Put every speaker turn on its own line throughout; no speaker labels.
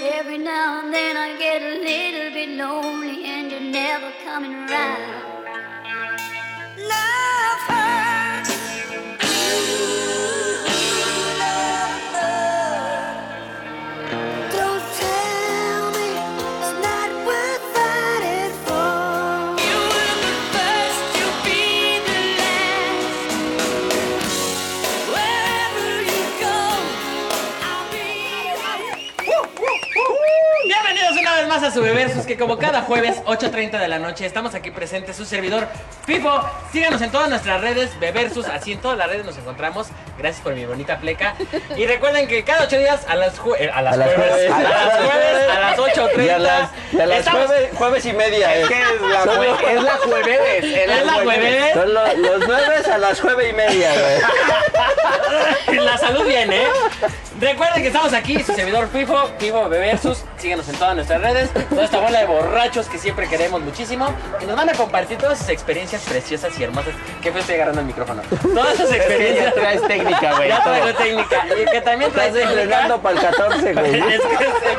every now and then I get a little bit lonely and you're never coming around. Love hurts. Ooh, love hurts. Don't tell me it's not worth fighting for. You were the first, you'll be the last. Wherever you go, I'll be right.
Bienvenidos una vez más a su Bebersus, que como cada jueves 8.30 de la noche estamos aquí presentes, su servidor Pipo. Síganos en todas nuestras redes, Bebersus, así en todas las redes nos encontramos. Gracias por mi bonita pleca. Y recuerden que cada ocho días a las, ju- eh, a las,
A las
jueves,
jueves.
a las jueves, a las 8.30.
Y a las, y a las
estamos-
jueves, jueves y media. eh.
¿Qué es la
Son los-
jue- Es la jueves. Es
Es la jueves,
Son lo- los nueve a las jueves y media, güey.
Ah,
la salud viene, ¿eh? Recuerden que estamos aquí, su servidor Pifo, Pifo Bebersus. Síganos en todas nuestras redes. Toda esta bola de borrachos que siempre queremos muchísimo. Y nos van a compartir todas sus experiencias preciosas y hermosas. Que fue estoy agarrando el micrófono. Todas sus
Es que ya
experiencias.
traes técnica, güey.
Ya
todo.
traigo técnica. Y que también traes
Estás
técnica.
entrenando para el 14, güey.
Es que es el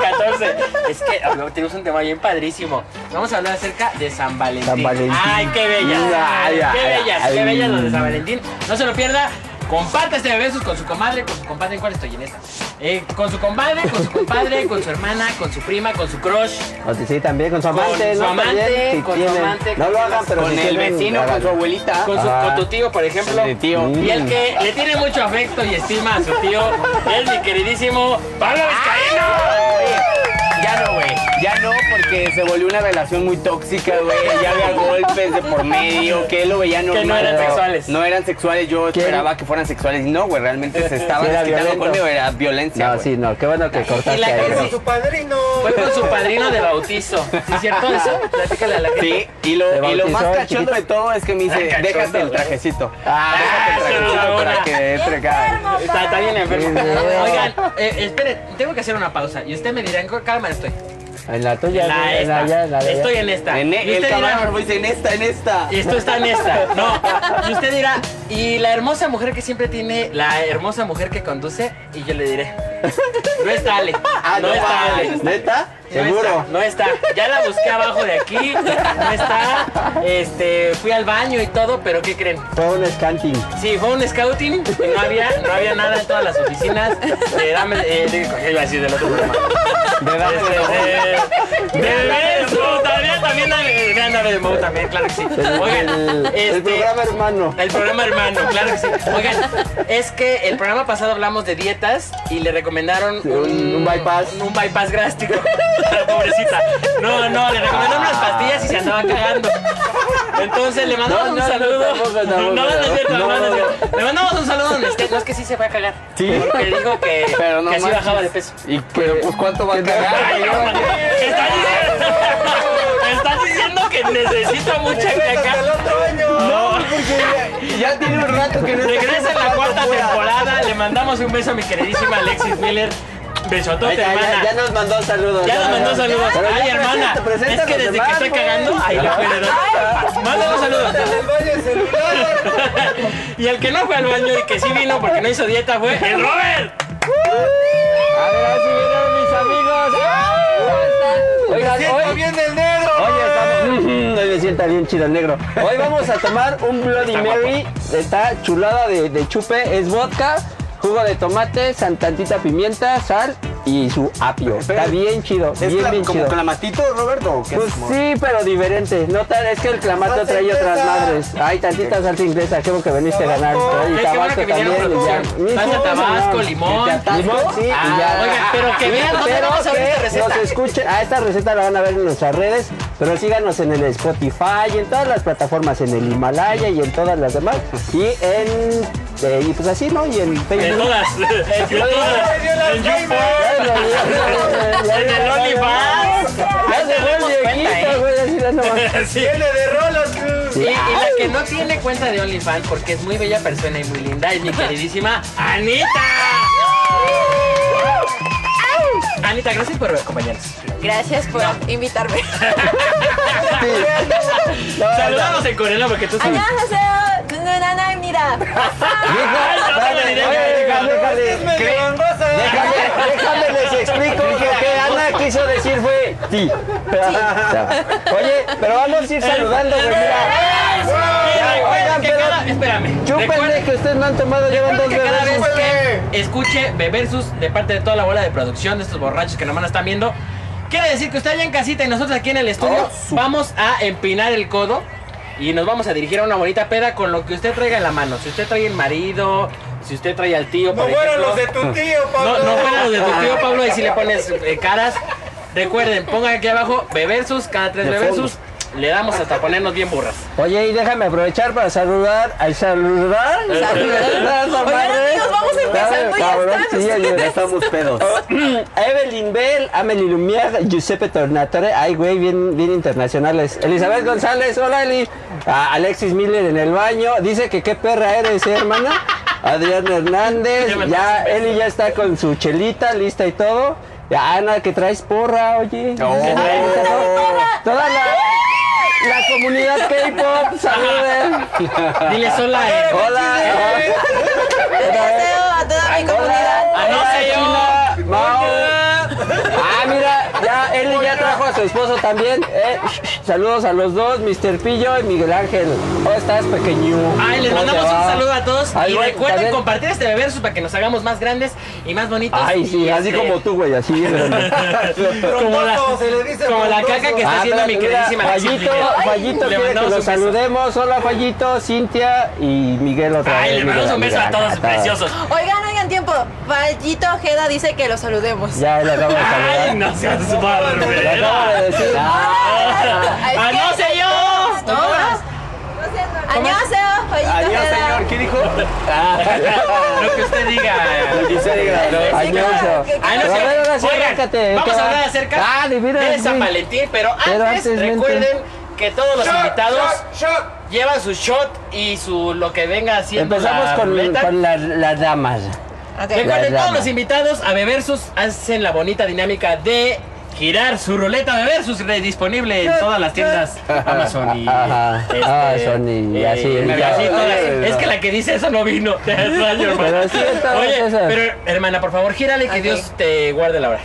14. Es que ah, no, tenemos un tema bien padrísimo. Vamos a hablar acerca de San Valentín.
San Valentín.
Ay, qué bellas.
Ay, ay,
qué bellas,
ay.
qué bellas los de San Valentín. No se lo pierda. Comparte este besos con su comadre, con su compadre, ¿en cuál estoy en esta? Eh, con su comadre, con su compadre, con su hermana, con su prima, con su crush,
O sea, sí, también con su
Con
amante.
su
¿no? También,
amante,
si
con su
tienen.
amante,
No lo hagan, pero
Con
si
el
tienen,
vecino, con su
háganlo.
abuelita.
con, su,
Ajá.
con tu tío, por ejemplo.
De tío.
Y el que le tiene mucho afecto y estima a su tío es mi queridísimo Pablo
Ya no, güey. Ya no, porque se volvió una relación muy tóxica, güey. Ya había golpes de por medio, que él lo veía normal.
no eran
pero
sexuales.
No eran sexuales, yo esperaba que fueran sexuales. Y no, güey, realmente se estaban
Sí, era
desquitando
violento.
conmigo, era violencia,
No,
güey.
sí, no. Qué bueno que cortaste
la
ahí,
que
güey.
sí. Fue con su padrino de bautizo. ¿Sí es cierto eso? Platícale a la gente.
Sí, y
Te
lo, y lo
bautizó
más
el
cachondo
chiquito.
de todo es que me dice,
Cachondo,
déjate el
güey.
trajecito.
Ah,
déjate
eso
el
es
trajecito
una
para que entre acá.
Está, está bien enfermo.
Sí, no.
Oigan, eh, espere, tengo que hacer una pausa. Y usted me dirá, ¿en qué cámara estoy?
En la tuya,
En la
güey, en
esta.
la ya, en la de allá.
Estoy en esta.
En
Y
e- el
usted dirá,
camarógrafo dice, en esta, en esta.
y esto está en esta. No. Y usted dirá, y la hermosa mujer que siempre tiene, la hermosa mujer que conduce, y yo le diré. No está Ale.
Ah,
no,
no
está
mames.
Ale.
¿Neta?
No
Seguro.
está, No está, Ya la busqué abajo de aquí. No está. Este, fui al baño y todo, pero ¿qué creen?
Fue un scanting.
Sí, fue un scouting y no había, no había nada en todas las oficinas. De dame, eh, de, iba a decir del otro programa.
De dame-
Este, de, de Bembo, también, también, dame- vean dame de Bembo también, claro que sí. Oigan,
El, el
este,
programa hermano.
el programa hermano, claro que sí. Oigan, es que el programa pasado hablamos de dietas y le recomendaron
Sí, un- un bypass.
Un, bypass grástico. Pobrecita. No, no, le recomendaron unas pastillas y se andaban cagando. Entonces le mandamos
No,
un
no, no,
saludo.
tampoco, tampoco,
no, no es cierto,
no.
no, no es cierto. Le mandamos un saludo donde esté. No es que sí se va a cagar.
Sí.
Porque dijo que,
Pero no
que así
manches.
bajaba de peso.
Y pero pues cuánto va a
Ay, no,
cagar.
man. Estás diciendo, estás diciendo que necesita mucha caca. No.
Ya tiene un rato que no está
Regresa en la cuarta temporada. Le mandamos un beso a mi queridísima Alexis Miller. Besotote,
Ya, ya,
hermana.
ya nos mandó saludos.
Ya nos mandó saludos.
Pero
Ay,
ya
hermana.
presenta,
Es
presenta
que
los
desde que
demás, pues.
estoy
güey.
cagando, ahí la perdón. Mándanos saludos. Y el que no fue al baño y que sí vino porque no hizo dieta fue el Robert.
A ver, así vinieron mis amigos. Oigan, hoy,
el negro.
hoy estamos. Mm, Hoy me sienta bien chido el negro. Hoy vamos a tomar un Bloody
Está guapo.
Mary. Está chulada de, de chupe. Es vodka, jugo de tomate, san tantita pimienta, sal y su apio. Está
Pero-
bien chido.
¿Es
Bien,
cla-
bien
como
chido.
clamatito, Roberto? ¿o qué es?
Pues
Como-
sí, pero diferente. No tan, es que el clamato
Salsa
trae otras
inglesa.
madres. Hay tantita salsa inglesa, creo que veniste a ganar.
Tabasco.
Y
Qué bueno que vinieron
también,
con
y ya.
producción.
Mis
Salsa
cosas,
Tabasco,
no.
limón.
Que te atasco,
Limón,
sí, y
ah,
ya.
oigan, pero que vean dónde
Pero
vamos a ver esta
que
receta.
Nos escuchen. A esta receta la van a ver en nuestras redes, pero síganos en el Spotify, en todas las plataformas, en el Himalaya y en todas las demás. Y en... eh, y pues así, ¿no? Y en
En
Facebook.
todas. En todas. En YouPorn.
Ya, ya, ya, ya, ya,
En
ya,
el
ya,
OnlyFans.
Ya se
damos
fue el
cuenta,
viejito,
¿eh?
güey, así las nomás.
Sí. Y, y la que no tiene cuenta de OnlyFans porque es muy bella persona y muy linda es mi queridísima Anita. Anita, gracias por acompañarnos.
Gracias por invitarme.
Saludamos en coreano porque tú sabes.
안녕하세요. 눈누나나입니다.
Ay, no, no, no, no,
este
no, no, no, no.
Déjame, déjame les explico lo que Ana quiso decir fue ti. Oye, pero vamos a ir saludando, güey. Mira,
Recuerden
oigan,
que
pero-
cada- Espérame.
chúpenle
Recuerden-
que ustedes no han tomado, llevan dos
que cada vez
bebés.
que escuche Beversus de parte de toda la bola de producción de estos borrachos que nomás nos están viendo, quiere decir que usted allá en casita y nosotros aquí en el
Ah,
estudio vamos a empinar el codo y nos vamos a dirigir a una bonita peda con lo que usted traiga en la mano. Si usted trae el marido, si usted trae al tío,
No
por
fueron
ejemplo.
los de tu tío, Pablo.
No, no fueron los de tu tío Pablo y si le pones eh, caras. Recuerden, pongan aquí abajo Beversus, cada tres
De
Beversus le damos hasta ponernos bien burras.
Oye, y déjame aprovechar para saludar, al saludar.
Saludar.
Saludar,
Oigan, amigos, vamos empezando, ya
Cabrón,
están
sí, oye.
ustedes.
Estamos pedos.
Evelyn Bell, Amelie Lumière, Giuseppe Tornatore. Ay, güey, bien, bien internacionales. Elizabeth González, hola Eli. A Alexis Miller en el baño. Dice que qué perra eres, ¿eh, hermana. Adrián Hernández.
Ya me
Ya,
puse
Eli ya está con su chelita lista y todo. Ya, Ana, que traes porra, oye.
Oh.
¿Qué traes, porra? Toda la, la comunidad K-pop, saluden.
Dile sola. eh.
Hola.
Les deseo a toda mi comunidad.
Ah, no
Hola,
sé yo.
China, Mao. Ah, mira, ya Eli ya trajo a su esposo también. Eh, saludos a los dos, Mr. Pillo y Miguel Ángel. ¿Cómo estás, pequeño?
Ay, les
¿Cómo te
mandamos un
va?
saludo a todos
Ay,
y
güey,
recuerden
también-
compartir este bebersus para que nos hagamos más grandes y más bonitos.
Ay, sí,
y,
así
este,
como tú, güey, así. grande.
como la,
Frondoso, se le dice
como la
frondoso.
caca que está
Ah,
haciendo mi
espérate, mira,
queridísima Alexis
Fallito,
Miguel.
Fallito
Le
quiere que
mandamos
los
un beso.
saludemos. Hola, Fallito, Cintia y Miguel otra
Ay,
vez.
le mandamos
Miguel,
un beso
mira,
a todos
acá,
preciosos.
Oigan, oigan, tiempo. Fallito Ojeda dice que los saludemos.
Ya, le acabo de saludar.
Ay, no seas
Le acabo de
barbera.
decir.
Ah, no sé yo.
No, Añaseo, Fallito
Adiós,
Ojeda.
señor. ¿Qué dijo?
Ah.
Lo que usted diga.
Ay, no, eso.
que- que-
Ay,
Pero
Ah, no
a ver,
sé.
ahora sí, arráncate,
Oigan, vamos
¿qué
a
va?
hablar acerca
Ah, divina,
de San
sí.
Valentín, pero antes,
Pero antes, vente.
recuerden que todos los
Shot,
invitados
shot, shot.
llevan su shot y su lo que venga haciendo.
Empezamos
la
con,
ruleta.
con las- las damas.
Ok.
Recuerden,
La
todos
dama.
los invitados a Beversus hacen la bonita dinámica de girar su ruleta Beversus re- disponible en todas las tiendas
Ah,
Amazon y...
Ajá, Amazon y ah. así,
y
y
así,
todo.
todas.
Oye,
Es
no.
que la que dice eso no vino. Te extraño, hermana.
Pero sí, todas
Oye,
esas.
pero hermana, por favor, gírale que
Ok.
Dios te guarde la hora.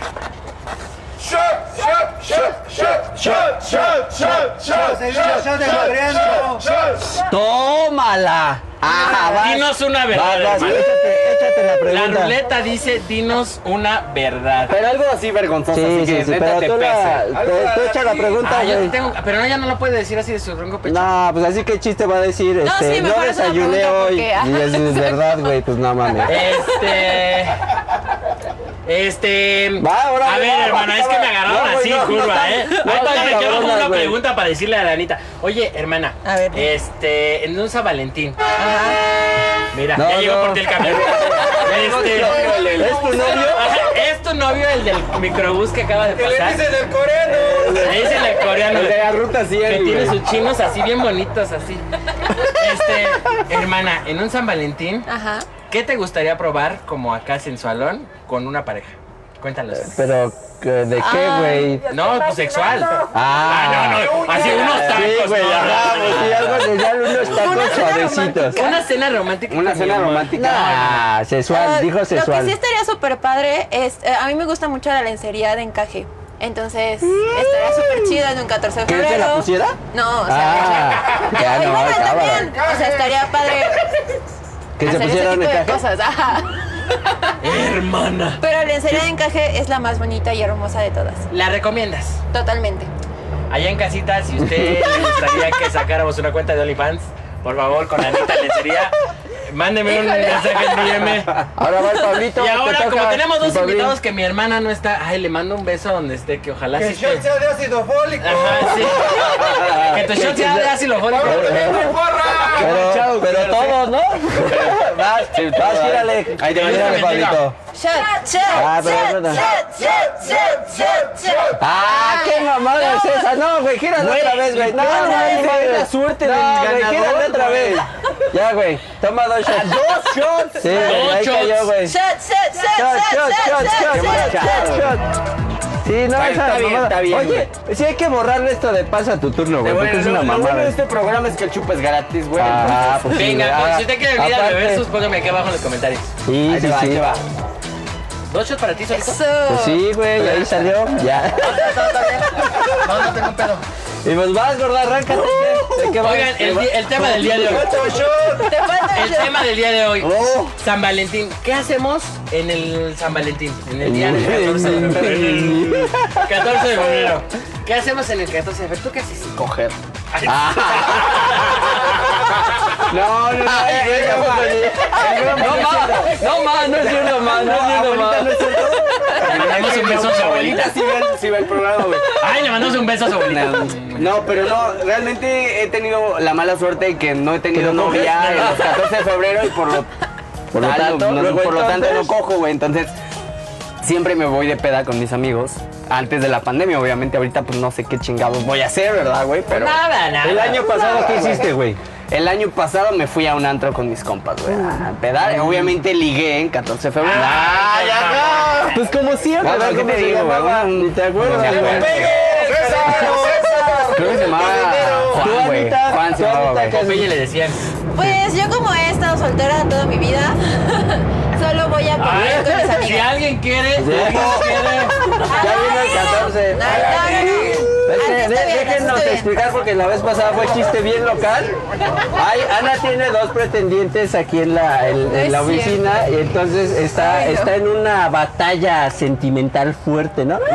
Shot, shot, shot, shot, shot, shot, shot, shot,
Señor,
shot,
yo de
shot,
Gabriel.
shot, shot.
¡Tómala! Ajá, vas.
Dinos una
Vas,
verdad,
vas,
hermana.
échate, échate la
La
pregunta.
ruleta dice, dinos una verdad.
Pero algo así vergonzoso,
Sí,
así
sí,
que
sí,
neta
pero
te
tú, la,
pese.
te- tú echa la pregunta,
Ah, yo
güey.
tengo... Pero no, ya no lo puede decir así de su ronco pecho.
No, pues así que chiste va a decir, este,
sí,
no
mejor haz una
desayuné
pregunta
hoy.
porque, ah. ajá,
Y es
exacto.
verdad, güey, pues no mames.
Eh, Este. Este.
Va, ahora
a
va,
ver,
va,
hermano,
va,
es que
va.
me agarraron
No, güey,
así en
no,
curva,
no,
¿eh?
no, no,
Ahorita
no,
le quiero
cabronas,
una
güey.
pregunta para decirle a la Anita. Oye, hermana.
A ver.
Este. En un San Valentín. Mira,
No,
ya llegó
no.
por ti el camión. este.
¿Es tu novio?
Ajá, Es tu novio el del microbús que acaba de
Que le
pasar.
dicen el coreano.
Le dicen el coreano.
El de la ruta 100,
Que
güey.
tiene sus chinos así bien bonitos, así. Este, hermana, en un San Valentín,
Ajá.
¿Qué te gustaría probar como acá sensualón con una pareja? Cuéntanos.
Pero, ¿que- ¿de qué,
Ah.
güey?
No, pues sexual.
Ah,
Ah, no, no, así unos
sí,
tacos.
güey,
no,
ajá,
no,
pues sí, algo de ya unos tacos suavecitos.
no. Una cena romántica.
Una
con mi
cena
amor.
romántica.
Ah, sexual,
Ah,
dijo
Lo que
sexual.
sí estaría súper padre es. eh, a mí me gusta mucho la lencería de encaje. Entonces, estaría súper chido en un 14 de
¿Que
febrero.
te la pusiera?
No, o sea.
Ah,
no,
ya
y
no,
bueno,
cámara.
también. O sea, estaría padre
Que se
hacer ese
pusieron
tipo
en
de
caja.
cosas. Ajá.
Hermana.
Pero la lencería de encaje es la más bonita y hermosa de todas.
¿La recomiendas?
Totalmente.
Allá en casita, si usted le gustaría que sacáramos una cuenta de OnlyFans, por favor, con Anita Lencería, mándeme un
Híjole.
mensaje en DM.
Ahora va el Pablito.
Y
te
ahora, como
toca.
tenemos dos
Pablín.
invitados que mi hermana no está, ay, le mando un beso donde esté, que ojalá
Que
sí
el
esté.
shot sea de ácido fólico.
Ajá, sí. que tu shot sea de ácido fólico.
Pablo, te dejo, porra.
Pero, pero todos, ¿no? vas, vas, gírale.
Ahí te va,
Gírale,
ahí te va.
Pablito.
Shot, shot,
Ah, pero
shot,
bueno.
shot, shot, shot, shot, shot.
Ah, qué mamada es esa. No, güey, gírale otra vez, güey. No, no, no, güey.
la suerte
No,
del
güey,
ganador,
gírale otra
güey. Ah,
vez. Ya, güey. Toma dos shots. ¿Dos shots? Sí, güey, ahí
shots.
cayó, güey.
Shot, shot, shot,
shot,
shot,
shot, shot,
shot,
shot,
shot,
shot,
shot.
shot, shot. Sí, no, esa
Está- está bien,
mamada.
está bien,
Oye, sí hay que borrarle esto de pasa tu turno, güey,
Pero
porque
bueno,
es
lo-
una
lo bueno
mamada.
de este programa es que el chupa es gratis, güey.
Ah, pues sí,
Venga,
ah,
pues, si usted quiere venir a
aparte-
beber sus, póngame aquí abajo en los comentarios.
Sí,
Ahí
sí,
te va, ahí
sí.
te va.
¿Dos shots para ti solito?
Eso.
Pues sí, güey, ahí salió. Ya.
No, está bien. No, no tengo un pedo.
Y pues vas, gorda, arráncate. ¿De qué vas?
Oigan, el, di- el tema del día de hoy.
Te falta
El tema del día de hoy.
Oh.
San Valentín. ¿Qué hacemos en el San Valentín? En el día del 14 de febrero. 14 de febrero. ¿Qué hacemos en el 14 de febrero? ¿Tú qué haces?
Coger.
No, no, no, es broma. No más, no más, no es cierto más, no es cierto más.
Le mandamos un beso a su abuelita.
sí ve el, sí ve el programa, güey.
Ay, le mandamos un beso a su abuelita.
No, pero no, realmente he tenido la mala suerte de que no he tenido
no
novia en los 14 de febrero y por lo,
Por lo
tal,
tanto,
no-
luego
por lo tanto no
entonces-
cojo, güey. Entonces, siempre me voy de peda con mis amigos. Antes de la pandemia, obviamente, ahorita pues no sé qué chingados voy a hacer, ¿verdad, güey? Pero
Nada, nada.
El año pasado, ¿qué hiciste, güey?
el año pasado me fui a un antro con mis compas, güey.
Ah.
A pedar, obviamente ligué en 14 de febrero.
Ay, ajá.
Pues como siempre,
A ver,
Ah, ¿qué
¿cómo
te
se
digo,
llamaba?
güey? Ni te acuerdas,
No me
güey.
acuerdo. Creo que se llamaba Juan, güey.
Juanita,
Juan se llamaba,
Juanita,
güey.
Popeye le decían.
Pues yo como he estado soltera toda mi vida, solo voy a comer
Ah,
con mis
Si
amigas. Ah,
alguien quiere, si alguien quiere.
Ya vino el 14.
No, no, no, no.
Este,
Así está
de-
bien, así
déjenos
está bien.
explicar porque la vez pasada fue chiste bien local. Ay, Ana tiene dos pretendientes aquí en la, en- en
es
la oficina y entonces está,
Ay, no.
está en una batalla sentimental fuerte, ¿no? ¿No?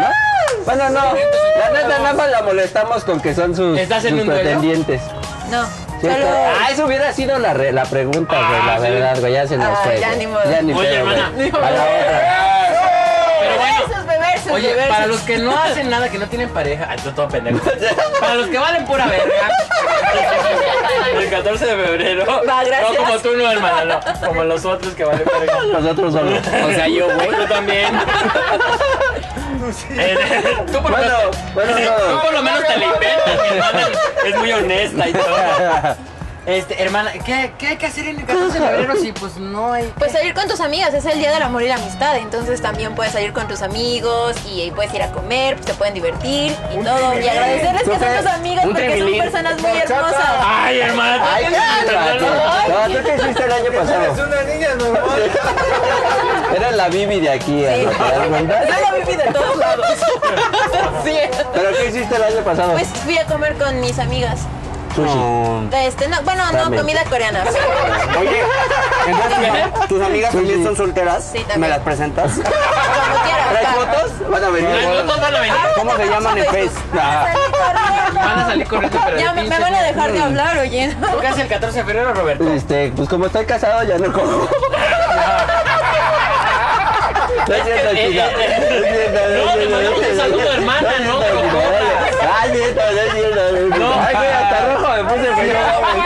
Bueno, no, la neta nada más la molestamos con que son sus,
¿Estás en
sus
un duelo?
pretendientes.
No,
Sí,
solo...
está- Ah, eso hubiera sido la, re- la pregunta, güey,
Ah,
la verdad, güey, ya se nos
Ah,
fue.
ya
güey.
ni modo.
Ya ni
Oye,
pedo, güey.
hermana.
A la otra.
Pero bueno.
Besos, bebersos,
Oye,
bebersos.
para los que no hacen nada, que no tienen pareja, ay, tú todo pendejo. Para los que valen pura verga. El 14 de febrero.
Va, gracias.
No como tú no, hermana, no. Como los otros que valen verga.
Nosotros somos.
O sea, yo, güey.
Tú también. Eh, tú, por lo
Bueno,
menos,
bueno,
tú por lo menos te la inventas. mi hermana es muy honesta y todo.
no.
Este, hermana, ¿qué, qué hay que hacer en el 14 de febrero si pues no hay?
Pues salir con tus amigas, es el día del amor y la amistad, entonces también puedes salir con tus amigos y puedes ir a comer, pues, se pueden divertir y todo. Y agradecerles que son tus amigos
un
porque son
trivilín.
personas muy hermosas.
Ay, hermana, tú
Ay,
tienes que
cállate.
entenderlo.
No, ¿tú qué hiciste el año pasado?
una niña, mi amor.
Era la Bibi de aquí, ¿eh? ¿te das cuenta?
Yo lo viví de todos lados. Sí.
¿Pero qué hiciste el año pasado?
Pues fui a comer con mis amigas. Este, no, bueno, no,
También.
comida coreana. pero-
Oye, entonces, ¿tus amigas también son solteras?
Sí, también.
¿Me las presentas?
Como quieras.
¿Traes
o sea,
fotos? Van a venir.
Las fotos van a venir.
¿Cómo se llaman en Face? Ah.
Van a salir corriendo, pero
Ya
de
me, me
pinches
van a dejar de hablar, oye.
¿Tú qué haces el 14 de febrero, Roberto?
Este, pues como estoy casado ya no como. No es cierto, chica. No es cierto,
eh, No,
es
le
cierto,
mandamos
es
un
cierto.
saludo, hermana,
es
no,
cierto,
cojones.
Ay, neta, no es cierto, no es cierto.
No.
Ay, güey, hasta rojo me puse frío, güey.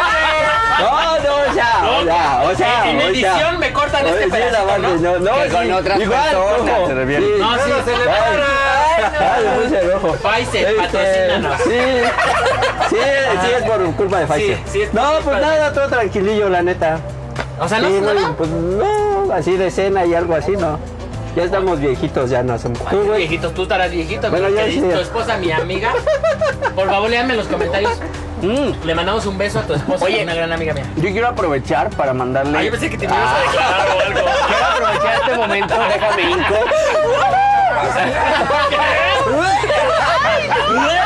No, no, ya, o sea, o sea,
Eh, en
o sea.
edición me cortan este
Sí, la
pedacito,
banda,
¿no?
no, no,
Que con
sí,
otras
igual,
personas
ojo,
se refiere.
sí.
No, sí.
No lo
Ay, ay, me puse rojo.
Pfizer,
Este,
patrocínanos.
Sí, sí, sí, es por culpa de Pfizer.
sí es por
no,
culpa
pues
de-
nada, todo tranquilillo, la neta.
O sea, no
Sí,
es
no,
nada.
pues no, así de cena y algo así, no. Ya estamos viejitos, ya no somos. Tú, güey.
Viejitos, tú estarás viejito.
Bueno,
mi
ya
querido,
sí.
Tu esposa, mi amiga. Por favor, léanme los comentarios.
Mm.
Le mandamos un beso a tu esposa,
Oye.
una gran amiga mía.
Yo quiero aprovechar para mandarle.
Ay, Ah, yo pensé que te ibas a declarar o algo.
Quiero aprovechar este momento, déjame hinco.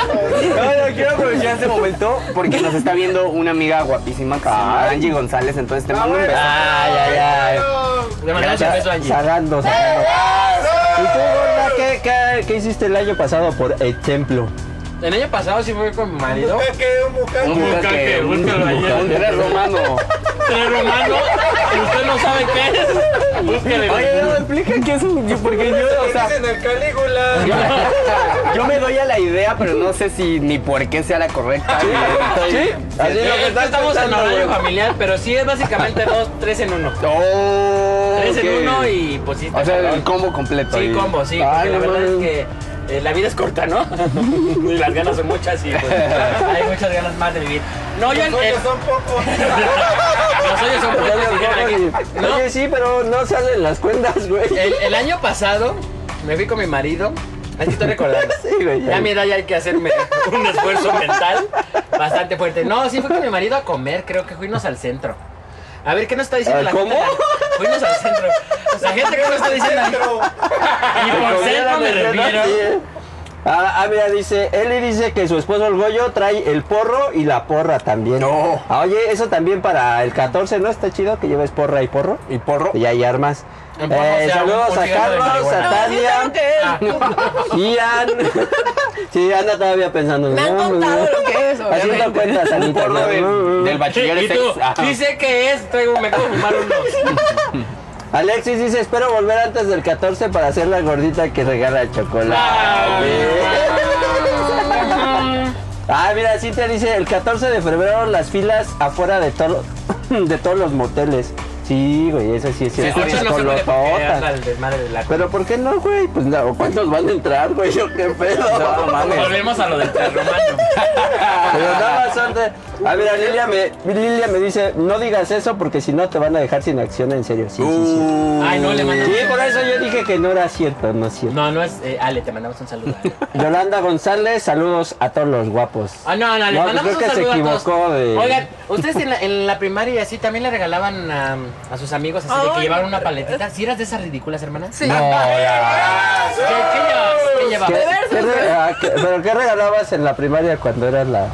No, no, quiero aprovechar este momento porque nos está viendo una amiga guapísima que se llama Angie González, entonces te mando un beso.
Ay, ay, ay.
Le mandamos un beso a Angie.
Sagando, sagando. ¿Y tú, gorda, qué, qué, qué hiciste el año pasado, por ejemplo?
El año pasado sí fue con mi marido.
Bucaque, un bucaque.
Un bucaque, un
búscalo ahí.
un tres romano.
Tres romano. Si usted no sabe qué es, búsquele.
Oye, no, explica qué es un. yo- Porque yo, o
¿Qué
sea,
dicen el Calígula?
yo me doy a la idea, pero no sé si ni por qué sea la correcta.
¿Sí? Así
Eh,
lo que
es que
estás
estamos
pensando,
en horario
güey.
familiar, pero sí es básicamente dos, tres en uno.
Oh,
Tres
ok.
en uno y pues sí. está
O sea, el
cabrón.
combo completo.
Sí,
y-
combo, sí. porque
Ay,
la
no
verdad es
mames.
que eh, la vida es corta, ¿no? y las ganas son muchas y pues, hay muchas ganas más de vivir. No, yo el,
Los
el-
sueños son pocos.
los sueños son
Ya
pocos,
los
dijeron aquí.
borro y-
No,
Oye, sí, pero no salen las cuentas, güey.
el, el año pasado me fui con mi marido. Así estoy recordando.
Sí, güey.
Ya a mi edad ya hay que hacerme un esfuerzo mental bastante fuerte. No, sí fui con mi marido a comer, creo que fuimos al centro. A ver, ¿qué nos está diciendo
Ah,
la
¿cómo?
gente? Fuimos al centro. O sea, gente, ¿qué nos está diciendo? Y por centro me refiero.
Sí, eh. Ah, ah, mira, dice, Eli dice que su esposo el Goyo trae el porro y la porra también.
No.
Ah, oye, eso también para el 14, ¿no? Está chido que lleves porra y porro.
Y porro.
Y hay armas.
En porro, o
Eh,
sea,
saludos
un
a
porciento de
Carlos,
marihuana.
a Tania, Ian. Sí, anda todavía pensando.
Me han
¿no?
contado lo que es,
Haciendo
obviamente.
cuentas,
Un
Anita,
porro
¿no?
de- del bachiller
Y
es
tú,
ex- ajá.
dice que es, traigo, me acabo de fumar uno.
Alexis dice, espero volver antes del 14 para hacer la gordita que regala chocolate. Ah, mira, Cintia dice, el 14 de febrero las filas afuera de, todo, de todos los moteles. Sí, güey, eso sí es cierto.
Ocho no se puede porque
Colototas.
anda el desmadre de la
Pero ¿por qué no, güey? Pues no, ¿cuántos van a entrar, güey? Yo qué pedo.
No, mames.
Volvemos a lo del terromano.
Pero nada más antes. A ver, a Lilia me, Lilia me dice, no digas eso porque si no te van a dejar sin acción en serio. Sí, sí, sí.
Ay, no, le mando.
Sí, por eso yo dije que no era cierto, no es cierto.
No, no es. eh, Ale, te mandamos un saludo. Ale.
Yolanda González, saludos a todos los guapos.
Ah, no, no, le mandamos
pues creo
un
que se
saludo a todos.
equivocó de...
Oigan, ustedes en la, en la primaria y así también le regalaban a, a sus amigos así de que
Ay.
llevaban una paletita. ¿Sí eras de esas ridículas, hermanas?
Sí.
¿Qué, qué llevabas? ¿Qué llevabas?
¿Qué- qué re- ah, qué- ¿Pero qué regalabas en la primaria cuando eras la...?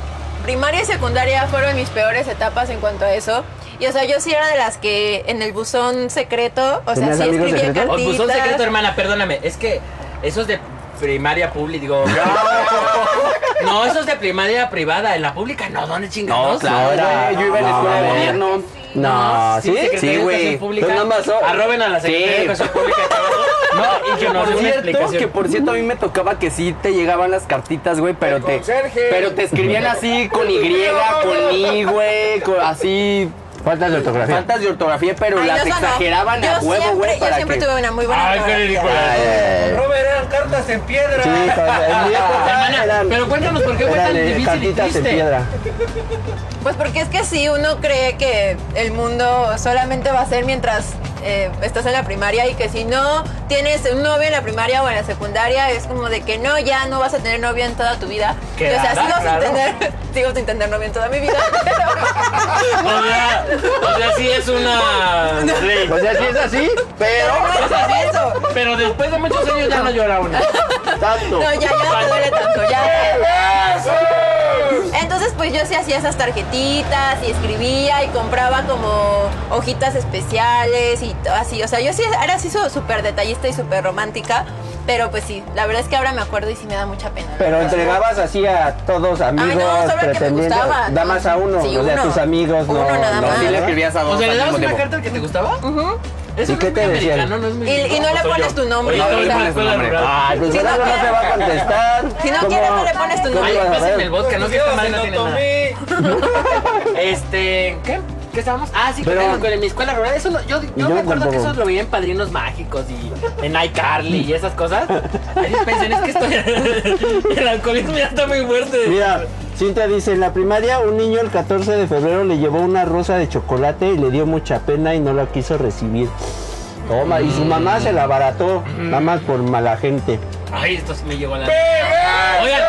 Primaria y secundaria fueron mis peores etapas en cuanto a eso. Y o sea, yo sí era de las que en el buzón secreto, o sea,
¿Tenías
sí
amigos
escribía
secretos?
Oh, pues
cartitas.
un secreto, hermana, perdóname. Es que esos de primaria pública, digo. No, esos de primaria privada. En la pública, no, ¿dónde
No,
chingados?
claro.
No,
yo iba a la
no,
escuela de
no.
gobierno.
No, ¿sí?
Secretaría
sí,
de
güey.
Educación Pública.
Pues nada más, oh.
Arroben a la Secretaría
Sí.
de Educación Pública. cabrón. No, y que nos dé
Por
una
cierto,
explicación.
que por cierto a mí me tocaba que sí te llegaban las cartitas, güey, pero te
conserje.
pero te escribían así con Y, con I, güey, con- así
Faltas de ortografía.
faltas de ortografía, pero
Ay, no,
las
eso no.
exageraban
yo
a huevo,
siempre,
güey,
Yo
para
siempre
que
tuve una muy buena ortografía.
Ay,
Eh.
ay, ay.
Robert, eran cartas en piedra.
Sí, cuando- en mi época
Hermana,
eran-
pero cuéntanos por qué fue tan
eran, eh,
difícil y
cartitas en
triste.
piedra.
Pues porque es que sí, uno cree que el mundo solamente va a ser mientras eh, estás en la primaria y que si no tienes un novio en la primaria o en la secundaria, es como de que no, ya no vas a tener novio en toda tu vida.
Que
Y, o sea,
nada,
sigo,
claro.
sin tener, sigo sin tener novio en toda mi vida.
O sea, o sea, sí es una ley.
O sea, sí es así, pero
Pero no es pues eso.
Pero después de muchos años ya no llora una.
tanto.
No, ya, ya no me duele tanto, ya. Entonces, pues yo sí hacía esas tarjetitas y escribía y compraba como hojitas especiales y to- así. O sea, yo sí era así su- súper detallista y súper romántica. Pero pues sí, la verdad es que ahora me acuerdo y sí me da mucha pena. la
Pero
verdad.
entregabas así a todos, amigos,
solo al que me
pretendientes.
gustaba,
Nada
¿no?
más a uno,
Sí,
o sea,
uno.
tus amigos, no.
Uno nada
no,
más.
sí le escribías a
O
dos
sea, le
al
dabas
mismo
una
tiempo.
carta al que te gustaba. Eso
¿Y
no
qué
es
te
muy
decían?
americano, no es
Y-
muy
y no le
Soy
pones
yo.
tu nombre,
Oye,
no
no
le
le
pones
pones
tu
tu Ah,
nombre.
Ay, pues
Si
ahora
no
no, te va a contestar.
Si no quieres, no le pones tu
cómo
nombre.
Ay,
ibas a ver?
pásenme el vodka,
Pues
no sé esta madre no tiene nada.
Tomé.
Este, ¿qué? ¿Qué estábamos? Ah, sí, que
Pero-
en mi escuela rural, eso lo- yo, yo
Yo
me acuerdo que
tampoco.
eso lo veía en Padrinos Mágicos y en iCarly y esas cosas. Ahí pensan, es que estoy... el alcoholismo ya está muy fuerte.
Mira, Cintia dice, en la primaria un niño el 14 de febrero le llevó una rosa de chocolate y le dio mucha pena y no la quiso recibir. Toma, y su mamá se la abarató, nada más por mala gente.
Ay, esto sí me llegó a la... Oigan,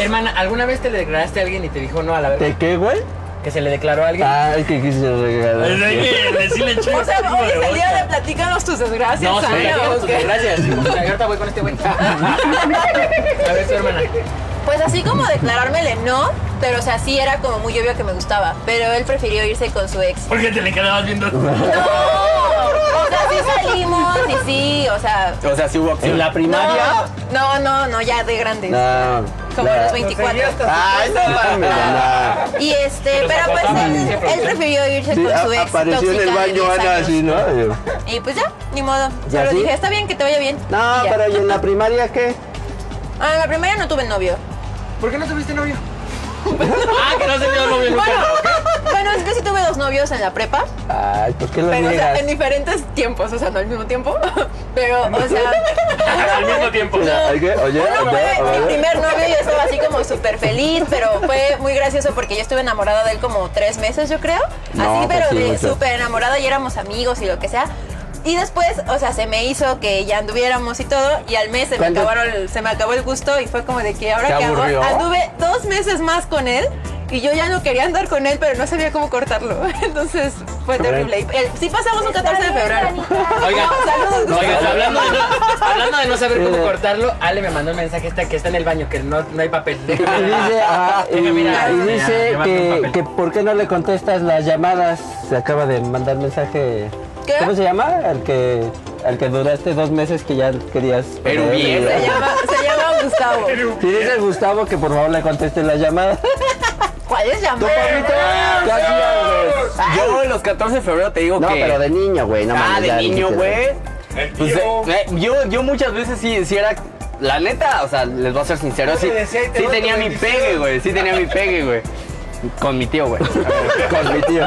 hermana, ¿alguna vez te le declaraste a alguien y te dijo no a la verdad?
¿Te qué, güey?
¿Que se le declaró a alguien?
Ay, que quise
Pues hay
regalar.
que decirle chico.
O sea, hoy es el día de platícanos tus desgracias,
No, sí,
Ana, ¿o
gracias,
qué?
gracias. Y Ahorita voy con este güey. A ver, su hermana.
Pues así como declarármele no, pero o sea, sí era como muy obvio que me gustaba. Pero él prefirió irse con su ex.
¿Por qué te le quedabas viendo?
¡No! O sea, sí salimos y sí, o sea.
O sea, sí hubo opción.
¿En la primaria?
No, no, no, ya de grandes.
No.
Como
la-
a los 24.
Ah.
Ay, no mames, no.
Y este, pero pues él, él prefirió irse
Sí,
con
a-
su ex.
apareció en el
tóxica de
baño
10
Ana
años.
así, ¿no?
Y pues ya, ni modo.
¿Y
Solo
así?
dije, está bien, que te vaya bien.
No,
Y ya.
pero ¿y en la primaria qué?
Ah, en la primaria no tuve novio.
¿Por qué no tuviste novio? ah, que no se dio novio nunca.
Bueno, bueno, es que sí tuve dos novios en la prepa.
Ay, ¿por qué lo
Pero, o sea, en
niegas?
diferentes tiempos, o sea, no al mismo tiempo. Pero, o sea.
Al mismo tiempo.
No.
Oye, oye,
Uno
oye,
fue mi
oye.
primer novio y yo estaba así como súper feliz, pero fue muy gracioso porque yo estuve enamorada de él como tres meses, yo creo.
No,
así,
pues
pero
sí,
de
mucho.
súper enamorada y éramos amigos y lo que sea. Y después, o sea, se me hizo que ya anduviéramos y todo, y al mes se me,
¿Cuánto?
acabaron, el- se me acabó el gusto y fue como de que ahora
¿Te
que hago,
aburrió?
anduve dos meses más con él Y yo ya no quería andar con él, pero no sabía cómo cortarlo. Entonces fue terrible. Y, eh, sí pasamos un 14 de febrero.
Oigan,
Saludos, Gustavo.
oigan, hablando, de no, hablando de no saber
Sí,
cómo
de-
cortarlo, Ale me mandó un mensaje está- que está en el baño, que no, no hay papel.
Y dice, ah, y-
Déjame mirar,
y
déjame
dice
mirar, llévate un
que,
papel.
que por qué no le contestas las llamadas. Se acaba de mandar mensaje.
¿Qué?
¿Cómo se llama? Al que, al que duraste dos meses que ya querías.
Pero
ponerle-
bien.
Se llama, se llama Gustavo.
Si dice Gustavo que por favor le conteste las llamadas.
¿Cuál es
¿Tú,
llamada?
papito? ¿Qué hacías, güey?
Yo los 14 de febrero te digo
No,
que.
pero de niño, güey. No
ah,
mames,
de
ya
niño,
dijiste,
güey.
El
Pues,
tío.
eh, yo, yo muchas veces sí, sí era. La neta, o sea, les voy a ser sincero, sí,
decía y te doy
sí
tu
tenía mi
bendición.
pegue, güey. Sí tenía mi pegue, güey. Con mi tío, güey.
Con mi tío.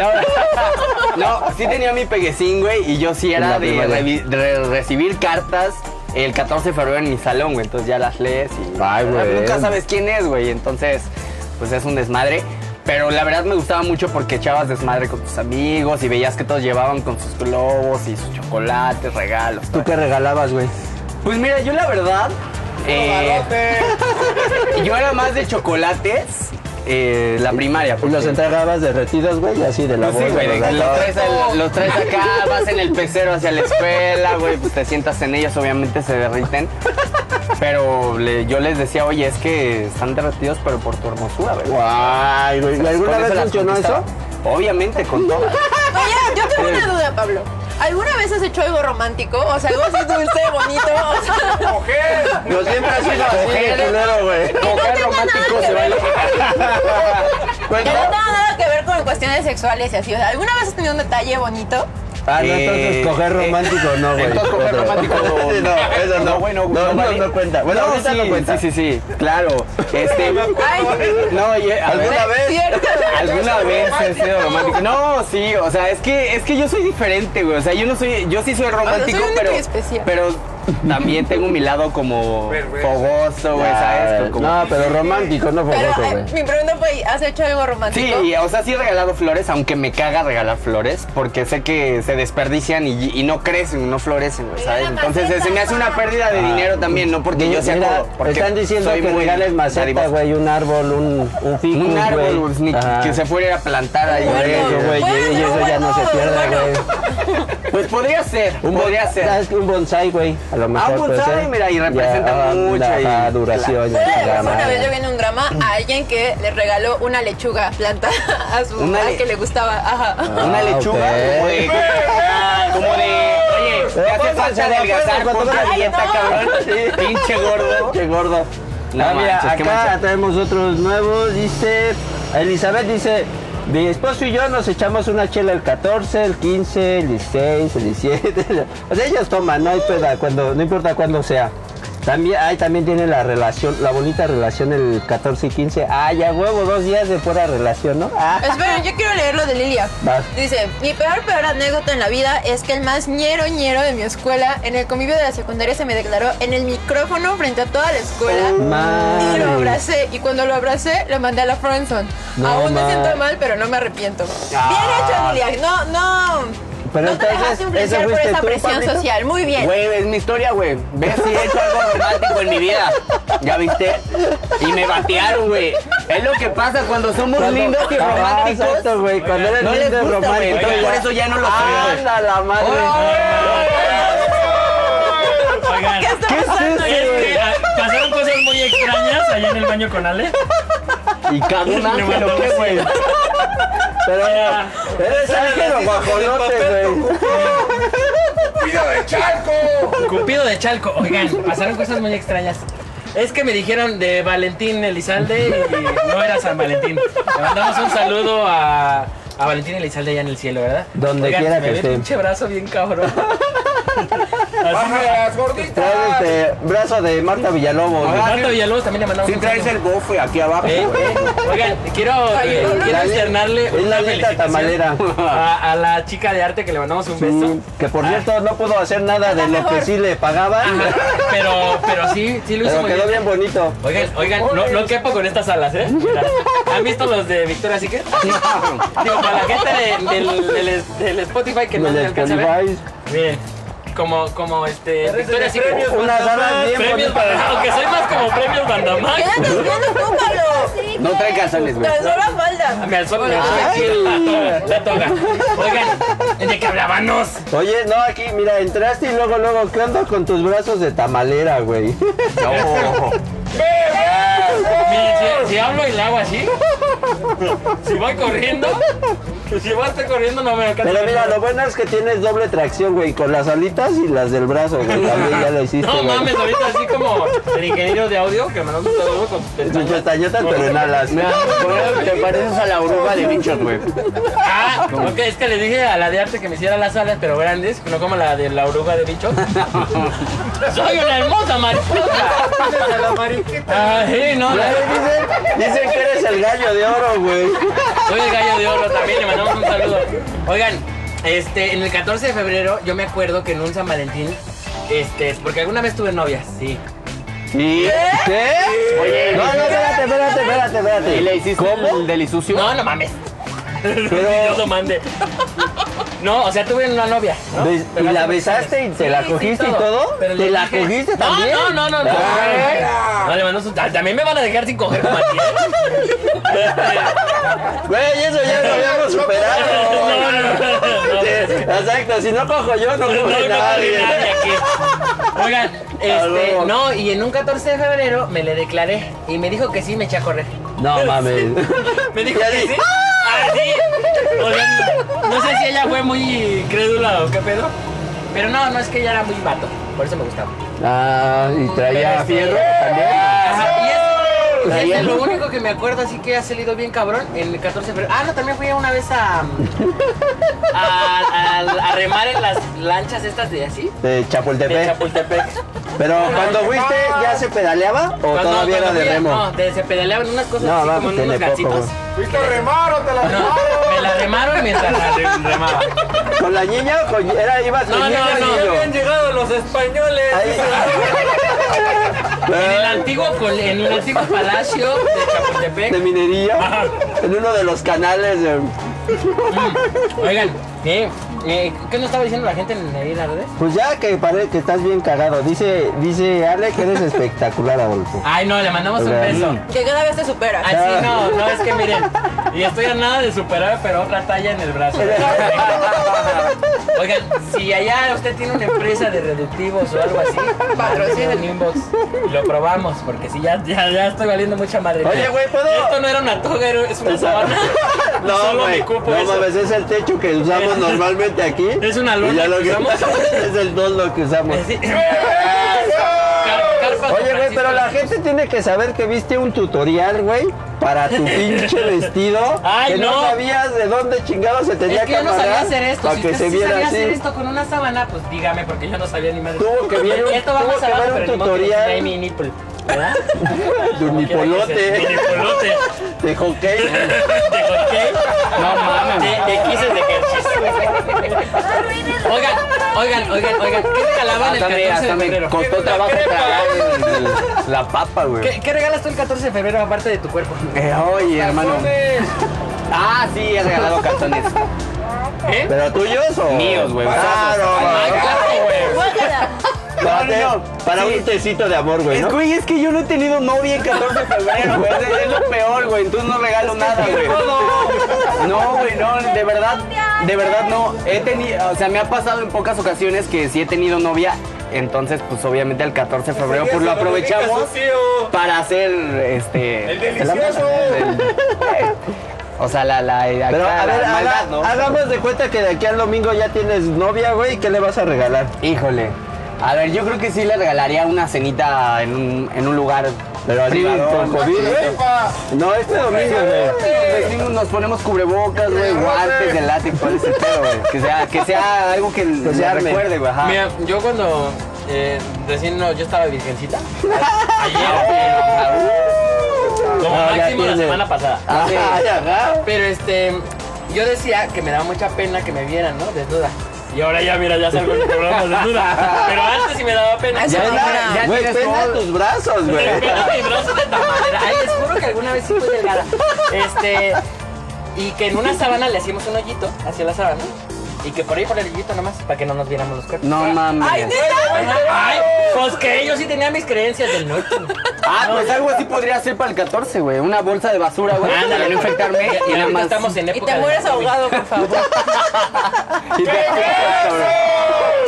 No, sí tenía mi peguecín, güey, y yo sí
la
era de,
primaria.
revi- de recibir cartas el 14 de febrero en mi salón, güey. Entonces ya las lees y
Ay, güey.
nunca sabes quién es, güey. Entonces, pues es un desmadre. Pero la verdad me gustaba mucho porque echabas desmadre con tus amigos y veías que todos llevaban con sus globos y sus chocolates, regalos.
¿Tú qué regalabas, güey?
Pues mira, yo la verdad. eh, yo era más de chocolates eh, la primaria. porque-
Los entregabas derretidos, güey, y así de la
pues sí,
bolsa,
güey, de
los
que los
sacabas.
traes, al- los traes acá, vas en el pecero hacia la escuela, güey, pues te sientas en ellos, obviamente se derriten. Pero le- yo les decía, oye, es que están derretidos, pero por tu hermosura, güey.
Guay, güey.
Con
¿Alguna
eso
vez
las
funcionó eso?
conquistaba. Obviamente, con todo.
Oye, yo tengo una duda, Pablo. ¿Alguna vez has hecho algo romántico? O sea, algo así dulce, bonito. O sea,
Yo siempre ha sido así,
Coger.
culero, güey.
Coger
tenga nada
romántico
que
se
ver.
vale.
que no tenga nada que ver con cuestiones sexuales y así. O sea, ¿alguna vez has tenido un detalle bonito?
Ah, no, entonces
Eh,
coger romántico no, güey.
Entonces, coger
Otra.
romántico,
Sí, no, eso no.
No, bueno,
no, no,
vale.
no cuenta. Bueno,
No,
ahorita
sí,
no cuenta.
Sí, sí, sí, claro. Este,
Ay,
no, oye, a ver.
¿Alguna vez?
cierto.
¿Alguna vez he sido romántico? No, sí, o sea, es que es que yo soy diferente, güey. O sea, yo no soy, yo sí soy romántico,
Ah, soy única
pero
y especial.
pero también tengo mi lado como
Perverso.
fogoso, güey, ¿sabes? Pues, Como-
Ah, No, pero romántico no fue
Pero
eso,
eh,
güey.
mi pregunta fue, ¿has hecho algo
Sí,
romántico?
y, o sea, sí he regalado flores, aunque me caga regalar flores, porque sé que se desperdician y, y no crecen, no florecen, güey, ¿sabes? Entonces se me hace una pérdida de dinero también, no porque yo sea
Ah, pues, Mira,
codo, porque
están diciendo
soy
que
muy
regales maceta,
dadivoso.
güey, un árbol, un, un ficus,
Un árbol, pues,
güey.
ni
Ajá.
que se fuera a plantar ahí.
Por eso, güey,
Bueno,
y eso ya no se
bueno,
pierde,
bueno.
güey.
Pues podría ser,
Un bon-
podría ser.
¿Sabes qué? Un bonsai, güey. A lo mejor. puede
Ah, bonsai,
ser.
mira, y representa
ah,
mucho
la-
y-
la duración.
Fue
y
de
la
razón, Una
madre.
vez yo vi en un drama a alguien que le regaló una lechuga plantada a su
Una
al
le-
que le gustaba. Ajá.
Una
Ah,
lechuga
ok.
como de. Como de. Oye, te
Pero
hace
pónganse,
falta adelgazar
pónganse,
con
pónganse.
dieta, cabrón. Pinche gordo.
Che gordo.
No
Ah, mira,
manches,
acá
qué mancha.
traemos otros nuevos. Dice, Elizabeth dice, mi esposo y yo nos echamos una chela el 14, el 15, el 16, el 17. o sea, ellos toman, no hay peda, cuando, no importa cuándo sea. También, ahí también tiene la relación, la bonita relación el 14 y 15. Ah, ya huevo, dos días de fuera relación, ¿no? Ah,
Esperen, yo quiero leer lo de Lilia.
Vas.
Dice, mi peor, peor anécdota en la vida es que el más ñero, ñero de mi escuela, en el convivio de la secundaria, se me declaró en el micrófono frente a toda la escuela.
Oh, madre.
y lo abracé. Y cuando lo abracé, lo mandé a la Friendzone.
No,
Aún me
ma.
siento mal, pero no me arrepiento.
Ah.
Bien hecho, Lilia. No, no.
Pero
no te
entonces,
dejaste influenciar
¿eso
por
fuiste
esa
tú,
presión
Pablito?
social. Muy bien.
Güey, es mi historia, güey. Ves si he hecho algo romántico en mi vida. ¿Ya viste? Y me batearon, güey. Es lo que pasa cuando somos
Cuando-
lindos y
Ajá,
románticos.
Ah, exacto, güey, cuando eres
no les
lindo y
gusta, güey.
romántico,
Entonces,
ya. Ah,
por eso ya no lo creo.
Anda la madre.
Oigan,
¿Qué es eso,
es
güey?
que, ah, pasaron cosas muy extrañas allá en el baño con Ale.
Y cada un ángel, ¿o qué, güey?
Pero, eres ángel o guajolote, güey.
¡Cuidado de charco!
Cupido de Chalco. Oigan, pasaron cosas muy extrañas. Es que me dijeron de Valentín Elizalde y no era San Valentín. Le mandamos un saludo a, a Valentín Elizalde allá en el cielo, ¿verdad?
Donde
Oigan,
quiera
se me
que
ve
esté.
el pinche brazo bien cabrón. Así me-
¡Bájalas,
Trae
gorditas!
este brazo de Marta Villalobos.
Ah,
güey.
Marta Villalobos también le mandamos
Si
un
traes
saludo.
el gofre aquí abajo,
Eh, Oigan, quiero,
Ay,
eh,
no,
quiero
la-
externarle
es la
una
neta
felicitación
tamalera.
A, a la chica de arte que le mandamos un beso. Ah.
Sí, que por cierto no pudo hacer nada de lo que sí le pagaban,
Pero, pero sí, Ah, sí lo hizo
pero
muy
quedó
bien.
bien bonito.
Oigan, oigan, no, no quepo con estas alas, ¿eh? Mira, ¿Han visto los de Victoria Así que Digo, para la gente de- del, del- del Spotify que no se
Me les
alcanza a ver.
colibáis.
Miren, como, como este. Victoria
premios,
Unas
Bandamás.
damas bien
Premios
bonitas.
para. Aunque soy más como premios Bandamax.
Quédate viendo,
Ah,
cúpalo.
No trae calzones, güey.
Transó la falda.
Me alzó me alzó aquí la toga, la toga. Oigan, ¿de qué hablábamos?
Oye, no, aquí, mira, entraste y luego, luego, ¿qué onda con tus brazos de tamalera, güey?
No.
Miren, si, si hablo y le hago así, si voy corriendo, si voy a estar corriendo no me alcanza.
Pero mira, lo bueno es que tienes doble tracción, güey, con las alitas y las del brazo, güey. También ya lo hiciste,
No
güey.
mames, ahorita así como el ingeniero de audio que me lo gusta duro con sus
Tus
pestañas.
pestañotas, pero en alas.
Mira, güey, Te pareces a la oruga de bichos, güey.
Ah, ok, es que le dije a la de arte que me hiciera las alas, pero grandes, no como la de la oruga de bicho. Soy una hermosa mariposa.
A la mariquita.
Ah, sí, no,
Güey,
la-
Dicen, dicen que eres el gallo de oro, güey.
Soy el gallo de oro también, le mandamos un saludo. Oigan, este, en el 14 de febrero yo me acuerdo que en un San Valentín, este, porque alguna vez tuve novias, sí.
¿Y qué?
Oye,
No, no, espérate, espérate, espérate, espérate.
¿y le hiciste el delisucio?
No, no mames.
Pero-
Dios lo mande. No, o sea, tuve una novia. ¿no?
Ves- ¿Y
Pero
la
hace muchos
besaste y
años.
te la
Sí, sí,
cogiste y todo?
Pero
¿Te
le
la
dije-
cogiste
No,
también?
No, no, no, no.
Ah.
No, le mandó su- ah, También me van a dejar sin coger como a ti, ¿eh?
Güey, eso ya lo
No,
habíamos
no,
superado.
no, no.
Sí, Exacto, si no cojo yo, no
No,
cojo
no coge
nadie.
nadie aquí. Oigan, este,
luego.
no, y en un 14 de febrero me le declaré y me dijo que sí, me eché a correr.
No mames.
Me dijo
Ya
que
di-
sí. Ah, sí. O sea, no sé si ella fue muy crédula o qué pedo. Pero no, no es que ella era muy vato, por eso me gustaba.
Ah, y traía
Pero
fierro
este-
también.
Ajá, y es- y es,
Traía-
de lo único que me acuerdo así que ha salido bien cabrón en el 14 de febrero. Ah, no, también fui una vez a, a, a- a remar en las lanchas estas de así.
De Chapultepec.
De Chapultepec. Ah,
Pero cuando fuiste, ¿ya se pedaleaba o
Cuando-
todavía era
cuando
de
fui a-
remo?
No, de- se pedaleaban unas cosas
No,
así
va,
como en
pues,
unos
tiene poco,
gansitos.
¿Fuiste a remar o te la
No, me la remaron mientras la re- remaba.
¿Con la niña o con... Era, ibas
No,
con niña
no,
y
no.
niño?
llegado los españoles.
Ahí-
En el antiguo, col- en el antiguo palacio de
de
Chapultepec.
minería
Ajá.
en uno de los canales de...
Oigan, ¿qué? Eh, ¿Qué nos estaba diciendo la gente en ahí en las redes?
Pues ya que pare que estás bien cagado. Dice, dice Ale que eres espectacular, Adolfo.
Ay, no, le mandamos un beso.
Oigan.
Que cada vez te supera.
Ay, Ah, sí, no, no, es que miren. Y estoy a nada de superar, pero otra talla en el brazo. Oigan, si allá usted tiene una empresa de reductivos o algo así, patrocinen un inbox y lo probamos, porque si ya, ya, ya estoy valiendo mucha madre.
Oye, güey, ¿puedo?
Esto no era una toga, era- es una
Esa-
sabana.
No,
Solo
güey,
me cupo
no
eso.
mames, es el techo que usamos normalmente aquí.
Es una
Y
lona
ya lo
que usamos.
es el dos lo que usamos.
Es decir, car- carpas de
Oye, güey,
Francisco.
pero la gente tiene que saber que viste un tutorial, güey, para tu pinche vestido.
Ay,
que no.
no.
sabías de dónde chingado se tenía
Es que yo no sabía
amarrar
hacer esto.
Para
Si
que
usted
se
sí
viera
sabía
así.
hacer esto con una sábana, pues dígame, porque yo no sabía ni madre.
Tuvo que ver un-
Esto va
tuvo
más
que
abajo,
ver un
pero ni modo que
tutorial.
enseñé mi nipple, ¿verdad?
Tu nipolote.
Nipolote.
De hockey.
No mames. De, de quises de ejercicio. Oigan, oigan, oigan, oigan. ¿Qué
Ah,
regalaban el
Hasta me,
14 de
hasta me
febrero?
costó trabajo tragar el- el- la papa, güey.
¿Qué, ¿Qué regalas tú el 14 de febrero aparte de tu cuerpo?
Eh, oye, hermano. Ah, sí, he regalado calzones.
¿Eh?
¿Pero tuyos o?
Míos, güey,
Claro,
usados.
Ay,
Ah,
claro, güey.
Guácala.
Para,
No, no, no.
para
Sí.
un tecito de amor, güey,
Es,
¿no?
güey, es que yo no he tenido novia en 14 de febrero, güey. Es, es lo peor, güey. Entonces no regalo nada, güey. No, güey, no, de verdad, de verdad no. He tenido, o sea, me ha pasado en pocas ocasiones que sí he tenido novia. Entonces, pues obviamente el 14 de febrero, pues lo aprovechamos para hacer este.
El delicioso.
el- el- o sea, la, la,
Pero
acá
a
la
ver, haga-
maldad, ¿no?
hagamos de cuenta que de aquí al domingo ya tienes novia, güey, ¿qué le vas a regalar?
Híjole. A ver, yo creo que sí le regalaría una cenita en un, en un lugar.
Pero así,
privado.
con COVID, güey. No, este domingo, güey.
Los vecinos nos ponemos cubrebocas, güey, guantes de látex, ¿cuál es el pedo, güey? Que sea, que sea algo que
se
se
arme.
recuerde, güey, ajá.
Mira, yo cuando eh, recién no, yo estaba virgencita. Ayer. eh,
Ah,
Como
No, Ah, ya
máximo la
tiene.
semana pasada.
Ay, ajá.
Pero este, yo decía que me daba mucha pena que me vieran, ¿no? Desnuda. Y ahora ya, mira, ya salgo en el programa desnuda. Pero antes sí me daba pena.
Eso
Ya
no
la-
era.
ya
Güey,
pues,
tienes
pena
todo-
tus brazos, güey.
Me pena mi brazo de tamalera. Ay, les juro que alguna vez sí fui delgada. Este, y que en una sábana le hacíamos un hoyito hacia la sábana.
Y que por ahí por el hoyito nomás, para que no nos viéramos los cuerpos.
No mames.
Ay, ¿neta?
Ay, pues que yo sí tenía mis creencias del norte.
Ah, pues algo así podría ser para el 14, güey. Una bolsa de basura, güey. Para no infectarme.
Y
Y nada
ahorita
más.
estamos en
Y
época
te
de-
mueres ahogado, por favor.
Y te-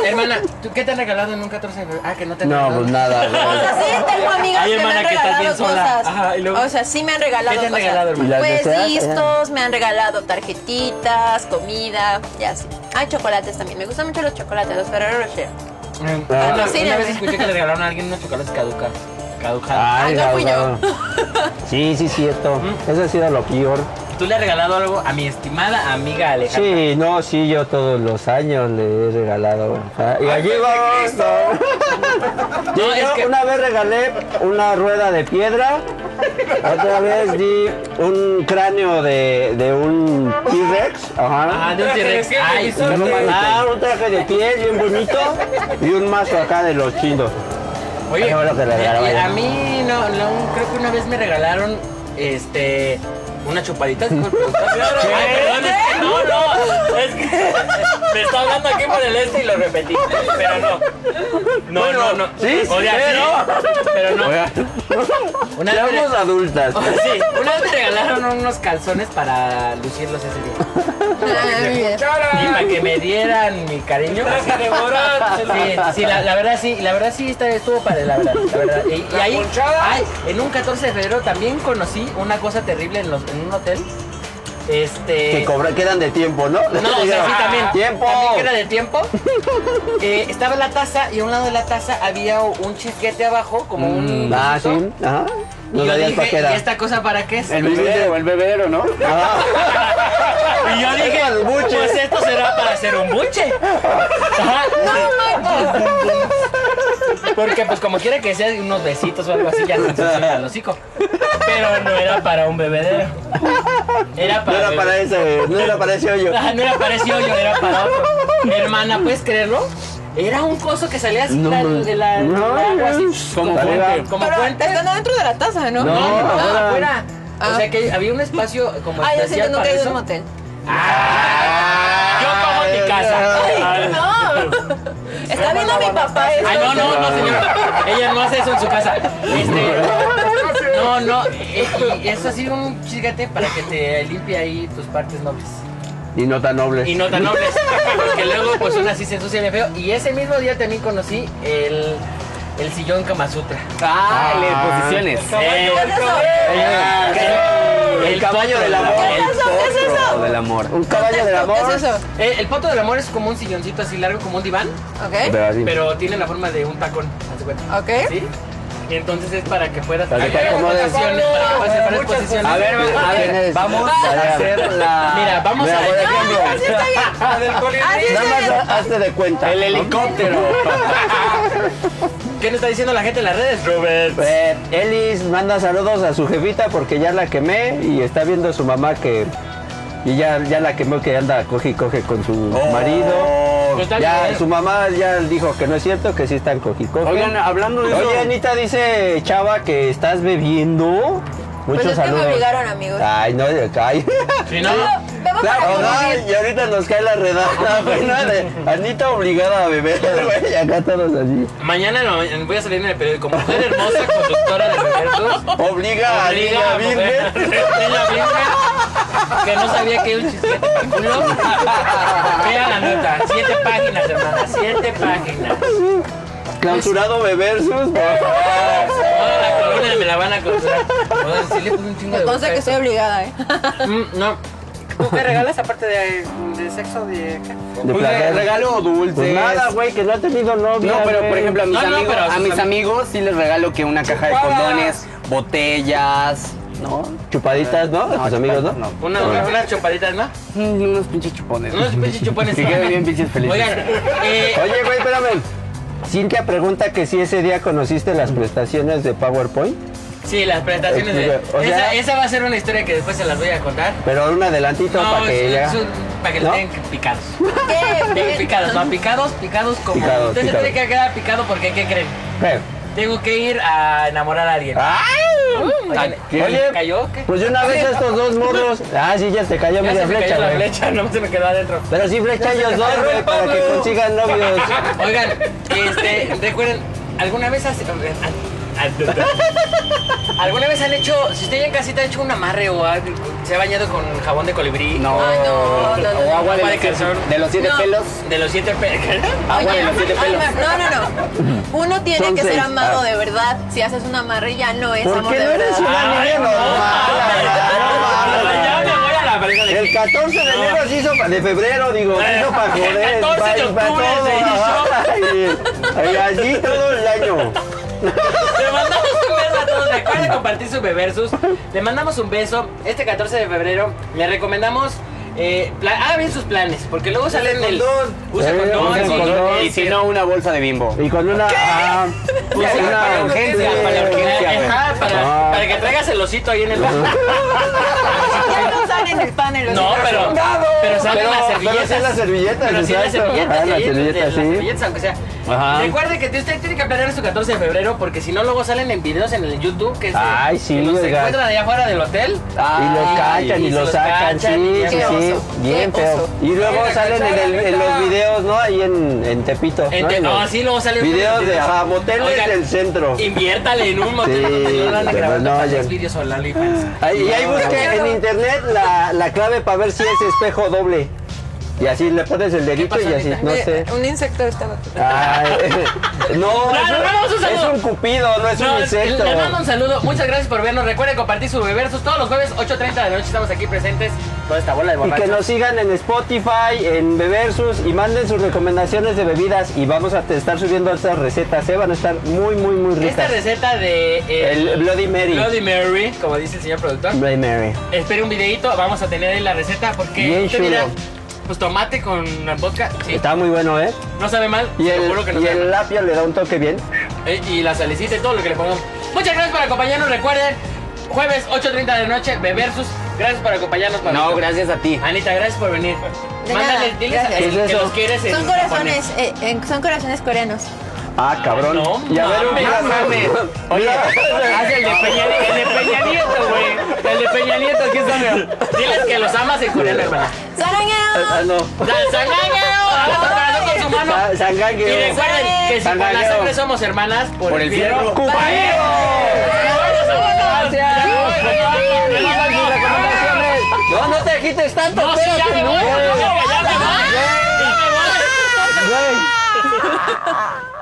Hermana, ¿tú qué te han regalado en un 14 de febrero? Ah, que no te han
No,
regalado.
pues nada,
O
güey.
sea, sí, tengo amigas
Ay,
que me
hermana,
han
que estás bien
regalado
sola.
cosas.
Ajá, y luego-
O sea, sí me han regalado
¿Qué te han
cosas.
regalado, hermana?
¿Y las
Pues
deseas?
discos, me han regalado tarjetitas, comida, ya así. Hay chocolates también. Me gustan mucho los chocolates, los Ferrero Rocher.
pues,
Ah, no,
Sí,
una vez
dame.
escuché que le regalaron a alguien unos chocolates caduca. Caduja.
Ay,
no fui yo.
abogado. Sí, sí, cierto. Eso ha sido lo peor.
¿Tú le has regalado algo a mi estimada amiga Alejandra?
Sí, no, sí, yo todos los años le he regalado. Ah, Y allí vamos. ¿no?
No, es
yo
que-
una vez regalé una rueda de piedra. Otra vez di un cráneo de, de un T-Rex. Ajá.
Ah, de un T-Rex. Ay, sí.
Un- ah, un traje de piel bien bonito. Y un mazo acá de los chinos.
Oye,
Qué bueno que le
eh,
regalaron
eh, a
algo.
mí no, no, creo que una vez me regalaron, este, una chupadita. dijo el productor. Ay, perdón, es que no, no, es que me está hablando aquí por el este y lo repetí, pero no. No, no, no.
sí,
O sea, sí, pero no. Una vez, me,
Seamos adultas.
sí, una vez me regalaron unos calzones para lucirlos ese día.
Ah, bien.
Y para que me dieran mi cariño. Sí, sí, la, la verdad sí, la verdad sí esta- estuvo padre, la verdad. la verdad. Y, y ahí, ay, en un 14 de febrero también conocí una cosa terrible en, los, en un hotel. Este.
Que cobra, quedan de tiempo, ¿no?
No, o sea, sí, también.
Tiempo.
También que era de tiempo. Eh, estaba la taza y a un lado de la taza había un chisquete abajo, como un.
Ah,
vasito.
sí. Ajá.
Y
No
yo
sabías para
dije,
qué
¿y
era.
esta cosa para qué es?
El bebedero, el bebedero, ¿no?
Y yo dije,
para el buche.
pues esto será para hacer un buche. Ajá. Porque pues como quiera que sea, unos besitos o algo así ya se ensucian el hocico. Pero no era para un bebedero. Era
No
para,
era para ese, no era para ese hoyo.
Ajá, no era para ese hoyo, era para otro. Hermana, ¿puedes creerlo? Era un coso que salía así
No,
la-
no.
de la,
No,
del agua, así,
no.
como
Para
fuente,
arriba.
como
Pero
fuente.
están adentro de la taza, ¿no?
No.
No,
afuera.
afuera.
Ah.
O sea que había un espacio como
Ay, yo sí que
especial
nunca
para
he ido a
eso.
un motel.
Yo como en mi
Ay,
casa.
no. Está viendo mi papá eso.
Ay, Ah, no, no, no, señor. Ella no hace eso en su casa. Este, no, no. eh, Y eso ha sido un chisgate para que te limpie ahí tus partes nobles.
Y no tan noble.
Y no tan nobles. Porque luego, pues, una sí se ensucia bien feo. Y ese mismo día también conocí el, el sillón Kama Sutra.
Ah, le posiciones.
Eh,
¿Qué es eso?
el-
El caballo del amor.
¿Qué es eso? ¿Qué es eso?
Del amor.
Un caballo del amor.
¿Qué es eso?
eh, el poto del amor es como un silloncito así largo, como un diván.
¿Ok?
Pero así.
Pero tiene la forma de un tacón. haz de cuenta.
¿Ok?
¿Sí? Y entonces es para que puedas
Para que te
Hay varias
acomodes.
posiciones, para que puedas hacer varias posiciones.
A ver, a ver, vamos a hacer la.
Mira, vamos
Mira,
a Ah,
por ejemplo,
Así está bien. Así está
nada más
bien.
ha- hazte de cuenta.
El helicóptero.
¿Qué nos está diciendo la gente en las redes, Robert?
Eh, Elis manda saludos a su jefita porque ya la quemé y está viendo a su mamá que. Y ya, ya la quemó que anda coge y coge con su marido. Ya, su mamá ya dijo que no es cierto, que sí están coge y coge.
Oigan, hablando de eso.
Oye, Anita dice, chava, que estás bebiendo. Muchos
Pues es que
saludos.
me obligaron, amigos.
Ay, no, ay.
Si no,
Bebo para
Claro,
convivir.
no, y ahorita nos cae la redada, güey, ¿no? De Anita obligada a beber, güey, y acá todos así.
mañana en la mañana voy a salir en el periódico. Mujer hermosa, conductora de Robertos.
Obliga a Niña Virgen.
Niña virgen. Que no sabía que era un chisquete para culo. Vean la nota. Siete páginas, hermana. Siete páginas.
Clausurado beber sus.
Pues,
Toda la columna me la van a contar. Joder, sí le puse un chingo de
Entonces
boca
que
a esto.
estoy obligada, ¿eh?
Mm, no. ¿Tú qué regalas aparte de, de sexo? De...
De
Pues,
placer.
regalo dulces.
Pues nada, güey, que no ha tenido novia.
No, pero por
güey.
ejemplo a mis,
No, no,
amigos,
pero a
a
sus
mis
amigos.
amigos sí les regalo que una caja de condones, botellas, ¿no?
Chupaditas, ¿no? A tus amigos, ¿no?
No.
Una, una- unas chopaditas, ¿no?
Mm, Unos pinches chupones.
Unos pinches chupones.
Que queden bien pinches felices.
Oigan, eh,
Oye, güey, espérame. Cintia pregunta que si ese día conociste las prestaciones de PowerPoint,
sí, las presentaciones de...
O sea-
esa, esa va a ser una historia que después se las voy a contar.
pero un adelantito para que ya.
es- es un- para que
¿No?
le tengan picados. Tengan
¿Qué?
picados, no, picados, picados como...
Picados,
Usted se
picados.
tiene que quedar picado porque, ¿qué creen?
Güey.
Tengo que ir a enamorar a alguien.
¡Ay!
¿Qué?
Oye.
¿Cayó? o ¿Qué?
Pues de una vez a estos dos morros. Ah, sí, ya se cayó
Ya
media
se me
flecha,
cayó la
güey.
flecha, no se me quedó adentro.
Pero sí flecha ellos dos, güey, para que consigan novios.
Oigan, este, recuerden, ¿alguna vez has- ¿Alguna vez han hecho, si usted ya en casita ha hecho un amarre o ha- se ha bañado con jabón de colibrí?
No.
Ay, no, no, no,
O agua de,
Agua de
los siete-
calzón.
de los siete
No.
pelos.
De los siete pe-
Agua de los siete
ay,
pelos.
no, no, no. Uno tiene
Son
que ser
seis.
amado
Ah.
de verdad. Si haces una amarre ya no es
¿Por
amor
qué
de
no eres
verdad.
una niña normal? la verdad?
Ya me voy a la verga de
El
ti.
14 de enero se hizo pa- de febrero, digo, se hizo
El
para joder.
14 de
pa- pa-
octubre
todo,
se
ajá, y- y así todo el año.
Le mandamos un beso a todos. Recuerden compartir su beversus. Le mandamos un beso. Este 14 de febrero le recomendamos. Eh, pla- hagan bien sus planes, porque luego salen del.
condón.
Usa
Eh,
condón.
usa
sí,
condón.
eh,
Y si no, una bolsa de bimbo.
Y con una. ah,
Pues sí,
una
para urgencia,
sí,
para urgencia.
güey.
Ajá, para,
Ah.
para que traigas el osito ahí en el. No,
Ya no usan en el pan el osito.
pero. Pero salen
Pero-
las
pero
servilletas.
sí las servilletas,
Pero sí las
exacto.
servilletas.
Ah, las
sí,
servilletas,
Las
sí.
servilletas, aunque sea.
Ajá.
Recuerde que usted tiene que planear su 14 de febrero, porque si no, luego salen en videos en el YouTube que, se,
Ay, sí,
que los
oiga.
encuentran allá afuera del hotel.
Y los cachan y
se
los sacan,
cachan, y
sí,
ya
sí,
no.
sí.
oso,
Bien
qué
feo.
oso.
Y luego
Mira,
salen en, el- en los videos, ¿no? Ahí en, en Tepito. ¿no?
Ente-
En
no,
los
ah, sí, luego salen
Videos de ajá,
Oigan,
moteles del centro.
Inviértale en un motel.
Sí,
no van a
pero
grabar
no,
tantos
ya-
videos o la OnlyFans.
Ahí- y ahí busqué en internet la, la clave para ver si es espejo doble. Y así le pones el dedito
pasó Eh,
y así,
ahorita?
no sé.
Un insecto estaba.
Ay, no,
No,
es,
no,
un,
no, es un saludo.
es un cupido, no es
No,
un insecto.
Le mando un saludo. Muchas gracias por vernos. Recuerden compartir su bebersus. Todos los jueves, 8.30 de la noche, estamos aquí presentes. Toda esta bola de
Y que
borrachos.
nos sigan en Spotify, en Beversus y manden sus recomendaciones de bebidas y vamos a te- estar subiendo estas recetas, se van a estar muy muy muy
Esta
ricas.
receta de eh,
el Bloody Mary.
Bloody Mary, como dice el señor productor.
Bloody Mary.
Espere un videito. Vamos a tener ahí la receta porque
Bien
este
chulo.
video, pues tomate con vodka. Sí,
Está muy bueno, ¿eh?
no sabe mal.
Y el,
seguro que no
y
sabe
el
mal.
apio le da un toque bien.
Eh, y la salicita y todo lo que le pongamos. Muchas gracias por acompañarnos. Recuerden, jueves 8.30 de la noche, Bebersus. Gracias por acompañarnos.
No,
Pablito.
gracias a ti.
Anita, gracias por venir.
De
Mándale,
nada,
diles a
gracias.
Jesús
¿Qué es
que
eso?
los quieres en
Son
japonés.
corazones, eh, eh, son corazones coreanos.
Ah, cabrón.
No
y a ver, un
mames, no mames.
Oye,
Haz el de Peña, el de Peña Nieto, güey. El de Peña Nieto, aquí está, mi- Diles que los amas en coreano, hermana.
ah,
¡Sarangeo!
no.
¡Sangañeo! ¡Abajo corazón con su mano!
Sa-
Y
sangangueo.
recuerden que si por la sangre somos hermanas, por,
Por el fierro.
¡Compañero!
¡Me mandan sus recomendaciones.
No, no te quites tanto,
No, sí, ya
espérate,
me voy, ya
güey.
me voy, ya me voy. Ya me voy.
Güey.